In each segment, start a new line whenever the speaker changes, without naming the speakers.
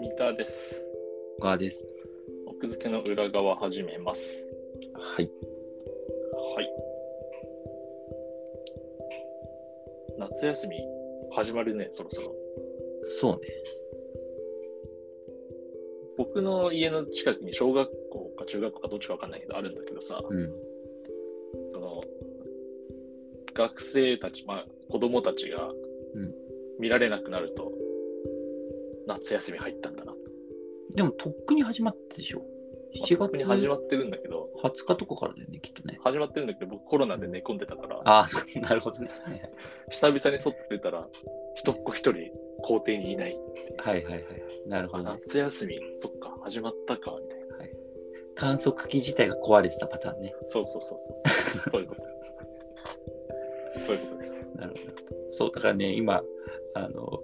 三田です。
がです。
奥付けの裏側始めます。
はい。
はい。夏休み始まるね、そろそろ。
そうね。
僕の家の近くに小学校か中学校かどっちかわかんないけどあるんだけどさ、
うん。
その、学生たち、まあ子供たちが
うん
見られなくなると、夏休み入ったんだな。
でも、とっくに始まってでしょ。
まあ
7
特に
月
始
20
まってるんだけど、
日とかからだよね、きっとね。
始まってるんだけど、僕コロナで寝込んでたから、
ああ、そうなるほどね。
久々に外出たら、一っ子一人校庭にいない。
はいはいはい。なるほ
あ
どね。
夏休み、そっか、始まったか、みたいな。
観測器自体が壊れてたパターンね。
そうそうそうそうそう。そういうこと。そういうことです。
なるほど。そう、だからね、今、あの、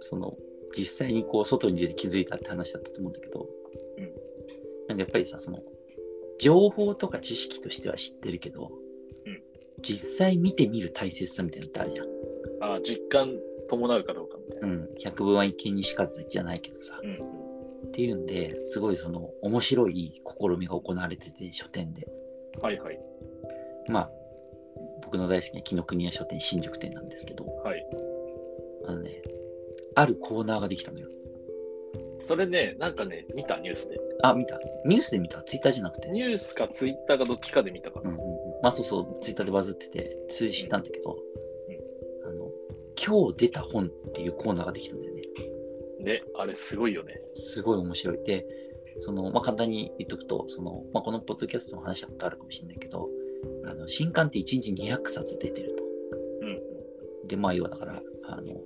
その、実際にこう、外に出て気づいたって話だったと思うんだけど、
うん。
なんかやっぱりさ、その、情報とか知識としては知ってるけど、
うん
実際見てみる大切さみたいなのってあるじゃん。
あー実感伴うかどうかみたいな。
うん、百聞は一見にしかずじゃないけどさ、
うん。
っていうんですごいその面白い試みが行われてて書店で
うん、はいはい。
まあ僕の大好きな紀ノ国屋書店新宿店なんですけど
はい。
あのねあるコーナーができたのよ
それね、なんかね、見たニュースで。
あ見たニュースで見たツイッターじゃなくて、
ニュースかツイッターかどっちかで見たか
う
な。
んうんうん、まあそうそうツイッターでバズってて通知したんだけど、あの今日出た本っていうコーナーができたんだよね
ね、あれすごいよね。
すごい面白い。で、その、まあ、簡単に言っとくと、その、まあ、このポッドキャストでも話したことあるかもしれないけど、あの新刊って1日200冊出てると。
うんうん。
で、まあ、要はだから、あの、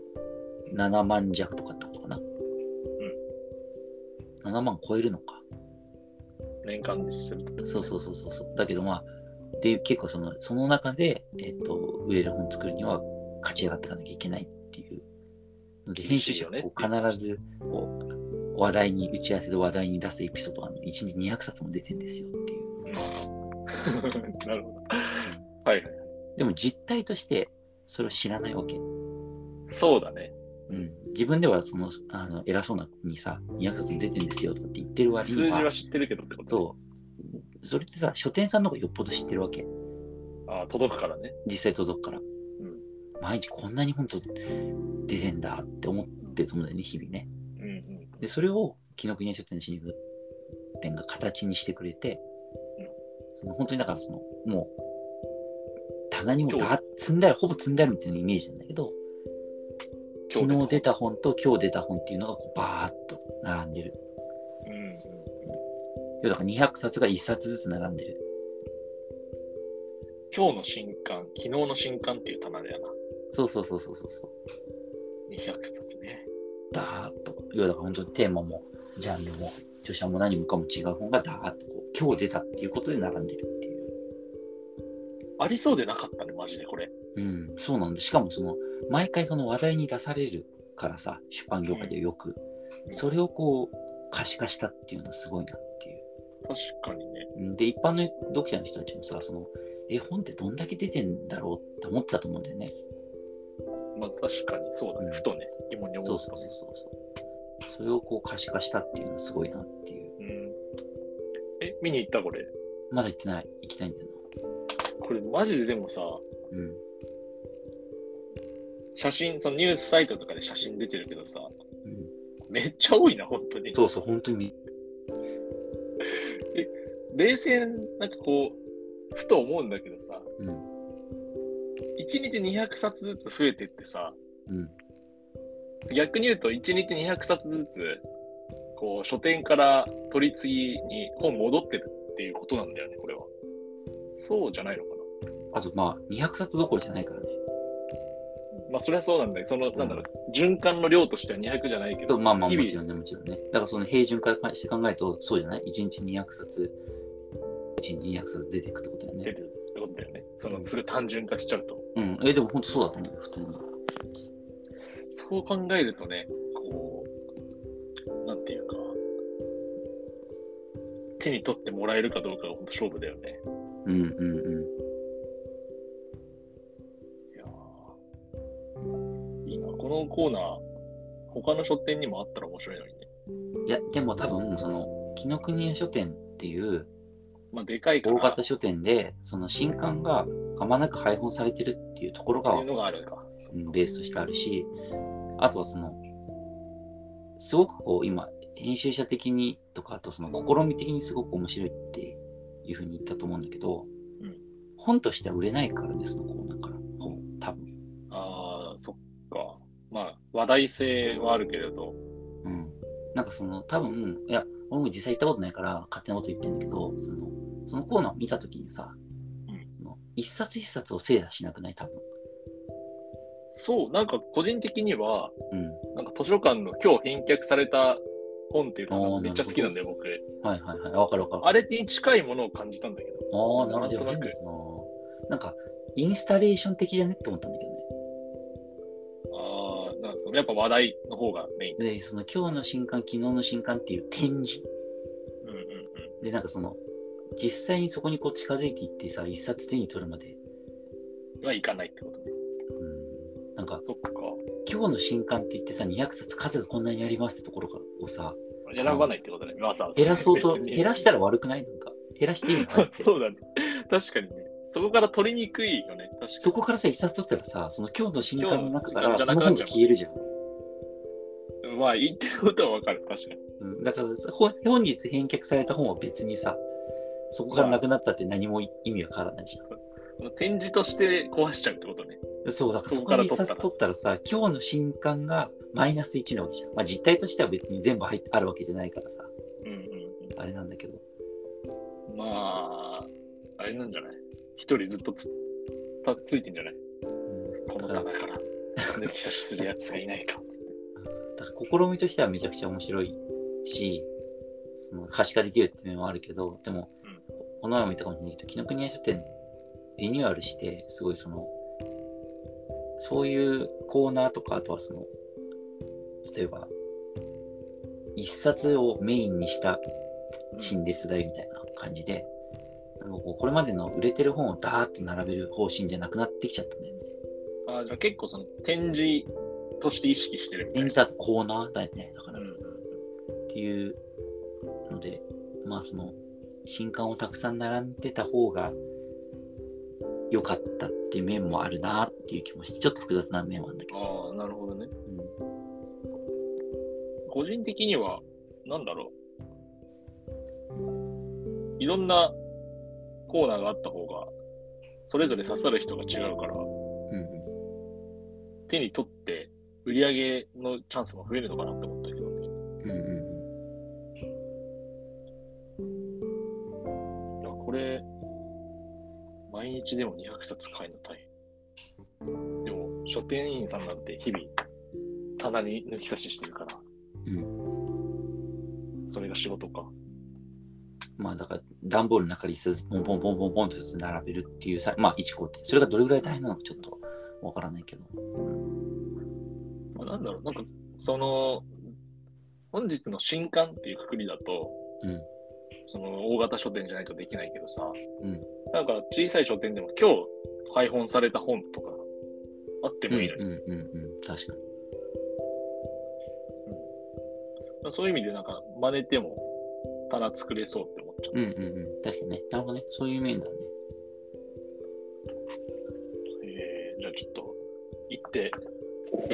7万弱とかってことかな。7万超えるのか。
年間ですると。
そうそうそうそうそう。だけどまあ、で、結構その、その中で、えっ、と、売れる本作るには勝ち上がっていかなきゃいけないっていうので、
厳
編
し
集
い
者
よ
が
ね
こう必ず、こう、話題に、打ち合わせで話題に出すエピソードが、1日200冊も出てんですよっていう。
うん。なるほど。はいはい。
でも実態として、それを知らないわけ。
そうだね。
うん。自分では、その、あの、偉そうな子にさ、200冊も出てんですよとかって言ってる割
数
に
字は
は、
知ってるけどってこと、ね、
そう。それってさ、書店さんの方がよっぽど知ってるわけ。
あー届くからね。
実際届くから、
ん
毎日こんなに本当出てんだって思ってると思うんだよね日々ね
うんうん。
でそれを紀ノ国屋書店の新宿店が形にしてくれて、
うん
その本当にだからそのもう棚にも
今日
だ積んであるほぼ積んであるみたいなイメージなんだけど
今
昨
日
日出た本と今日出た本っていうのがこうバーッと並んでる
うんうん。
要はだから200冊が1冊ずつ並んでる
今日の新刊、昨日の新刊っていう棚だよな。
そうそうそうそうそうそう
200冊ね。
ダーッと、要はだから本当にテーマも、ジャンルも、著者も何もかも違う本がダーッとこう、今日出たっていうことで並んでるっていう。
ありそうでなかったね、マジでこれ。
うん、そうなんで、しかもその、毎回その話題に出されるからさ、出版業界でよく、
うん
それをこう、可視化したっていうのはすごいなっていう。
確かにね。
うんで、一般の読者の人たちもさ、その、え、本ってどんだけ出てんだろうって思ってたと思うんだよね。
まあ確かにそうだね。
うん
ふとね、疑問に思
そうう
と
そうそう
ね。
そうそう。それをこう可視化したっていうのはすごいなっていう。
うんえ、見に行ったこれ。
まだ行ってない。行きたいんだよ
これマジででもさ、
な。うん。
写真、そのニュースサイトとかで写真出てるけどさ、
うん
めっちゃ多いな、本当に。
そうそう、本当に。
冷静になんかこう、ふと思うんだけどさ、
うん。
1日200冊ずつ増えてってさ、
うん。
逆に言うと1日200冊ずつ、こう、書店から取り次ぎに本戻ってるっていうことなんだよね、これは。そうじゃないのかな。
あと、まあ、200冊どころじゃないからね。
まあそれはそうなんだけど、その、なんだろう、循環の量としては200じゃないけど、
とまあまあ、
日
も
々
ちろんね、もちろんね。だから、その平準化して考えると、そうじゃない ?1 日200冊、1日200冊出ていくってことだよ
出
ね。
てるってことだよね。その、すぐ単純化しちゃうと。
うん。え、でも本当そうだと思うよ、普通に。
そう考えるとね、こう、なんていうか、手に取ってもらえるかどうかが本当勝負だよね。
うんうんうん。
いやーのコーナー、他の書店にもあったら面白いのにね。
いや、でも多分、その、紀ノ国屋書店っていう
まあ、でかいから
大
っ
型書店で、その新刊があまなく配本されてるっていうところが
ていうのがあるか。そ
うんベースとしてあるし、あとはその、すごくこう今、編集者的にとか、あとその試み的にすごく面白いっていうふうに言ったと思うんだけど、
うん
本としては売れないからね、そのコーナーから、ほぼ、多分。
ああ、そっか。まあ、話題性はあるけれど、
うん。なんかその、多分、いや、俺も実際行ったことないから勝手なこと言ってんだけど、その、そのコーナーを見たときにさ、
うん
その一冊一冊を精査しなくない多分。
そう、なんか個人的には、
うん。
なんか図書館の今日返却された本っていう
あー
のがめっちゃ好きなんだよ、僕。
はいはいはい。わかるわかる。
あれに近いものを感じたんだけど。
ああ、なるほど。
なんとなく
いいのかななんか、インスタレーション的じゃねって思ったんだけどね。
ああ、なんかそのやっぱ話題の方がメイン。
で、その今日の新刊、昨日の新刊っていう展示。
うんうんうん。
で、なんかその、実際にそこにこう近づいていってさ、一冊手に取るまで、
はいかないってことね。
うん、なんか、
そっか。
今日の新刊って言ってさ、200冊数がこんなにありますってところをさ、
選ばないってことね。わざわざ
減らそうと、
別に
減らしたら悪くないなんか、減らしていいのかなって。
そうだね。確かにね。そこから取りにくいよね。確かに。
そこからさ、一冊取ったらさ、その今日の新刊の中か
今
ら、
日の新刊じゃ
その
なくな
本
っちゃう
が消えるじゃん。
まあ、言ってることはわかる。確かに。
うんだからさほ本日返却された本は別にさ、そこからなくなったって何も意味は変わらないじゃん。
その展示として壊しちゃうってことね。
そう、だから
そ
そ
こ
こ
か
で
ら
一冊取
取
ったらさ、今日の新刊がマイナス1なわけじゃん。まあ実態としては別に全部入ってあるわけじゃないからさ、
うん
あれなんだけど。
うんうん。まあ、あれなんじゃない一人ずっとつたついてんじゃない
うん
この
だから、だか
棚から抜き差しするやつがいない かっつって。
ら試みとしてはめちゃくちゃ面白いし、その可視化できるって面もあるけど、でも、
うん
この前も言ったかもしれないけど、紀ノ国屋書店、リニューアルして、すごいその、そういうコーナーとか、あとはその、例えば、一冊をメインにした陳列台みたいな感じで、なんかこうこれまでの売れてる本をダーッと並べる方針じゃなくなってきちゃったんだよね。
あーじゃあ結構その展示として意識してるみたい
演
な
じ。た後コーナーだよね。だか
う
ら、
ん
っ
うん
ていうので、まあその、新刊をたくさん並んでた方が良かったっていう面もあるなっていう気もして、ちょっと複雑な面はあるんだけど。
ああ、なるほどね。
うん
個人的には、なんだろう。いろんなコーナーがあった方が、それぞれ刺さる人が違うから、
うんうん
手に取って売り上げのチャンスも増えるのかなって思ったけどね。
うんうん
いや、これ、毎日でも200冊買うの大変。でも、書店員さんなんて日々、棚に抜き差ししてるから、
うんうん
それが仕事か。
まあだから、段ボールの中に一冊ポンポンポンポンポンとずつ並べるっていうさ、まあ一工程。それがどれぐらい大変なのかちょっとわからないけど。
まあ、なんだろう、なんか、その、本日の新刊っていうくくりだと、
うん。
その大型書店じゃないとできないけどさ、
うん
なんか小さい書店でも今日配本された本とかあってもいいのに、
うんうんうんうん、確かに。
まあそういう意味でなんか真似ても棚作れそうって思っちゃう。
うんうんうん、確かにね。なるほどね。そういう面だね。
えーじゃあちょっと行って、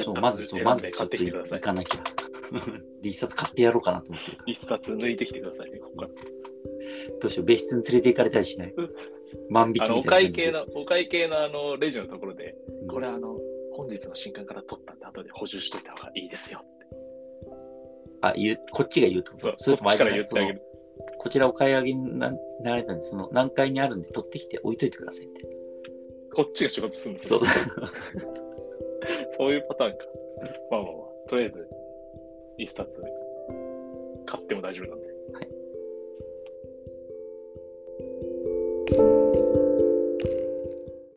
そ
一
う、
冊
まずそう、
選んで
まずちょ
買
っ
っ
と
てきてくださ
行
い。
かなきゃ。 で、一冊買ってやろうかなと思ってるから。
一冊抜いてきてくださいね、ここか
どうしよう、別室に連れて行かれたりしない
うん
万引きみ
ら。
た
あの、お
いな感じで。
会計の、お会計のあの、レジのところで、
うん
これあの、本日の新刊から取ったんで、後で補充しといた方がいいですよ。
あ、言う、こっちが言うってこと
そう、
それとも
こっちから言ってあげ
る。
る。
そのこちらお買い上げにななられたんで、その、何階にあるんで取ってきて置いといてくださいって。
こっちが仕事するんです
そ
よ
う。。
そういうパターンか。まあまあまあ、とりあえず、一冊買っても大丈夫なんで。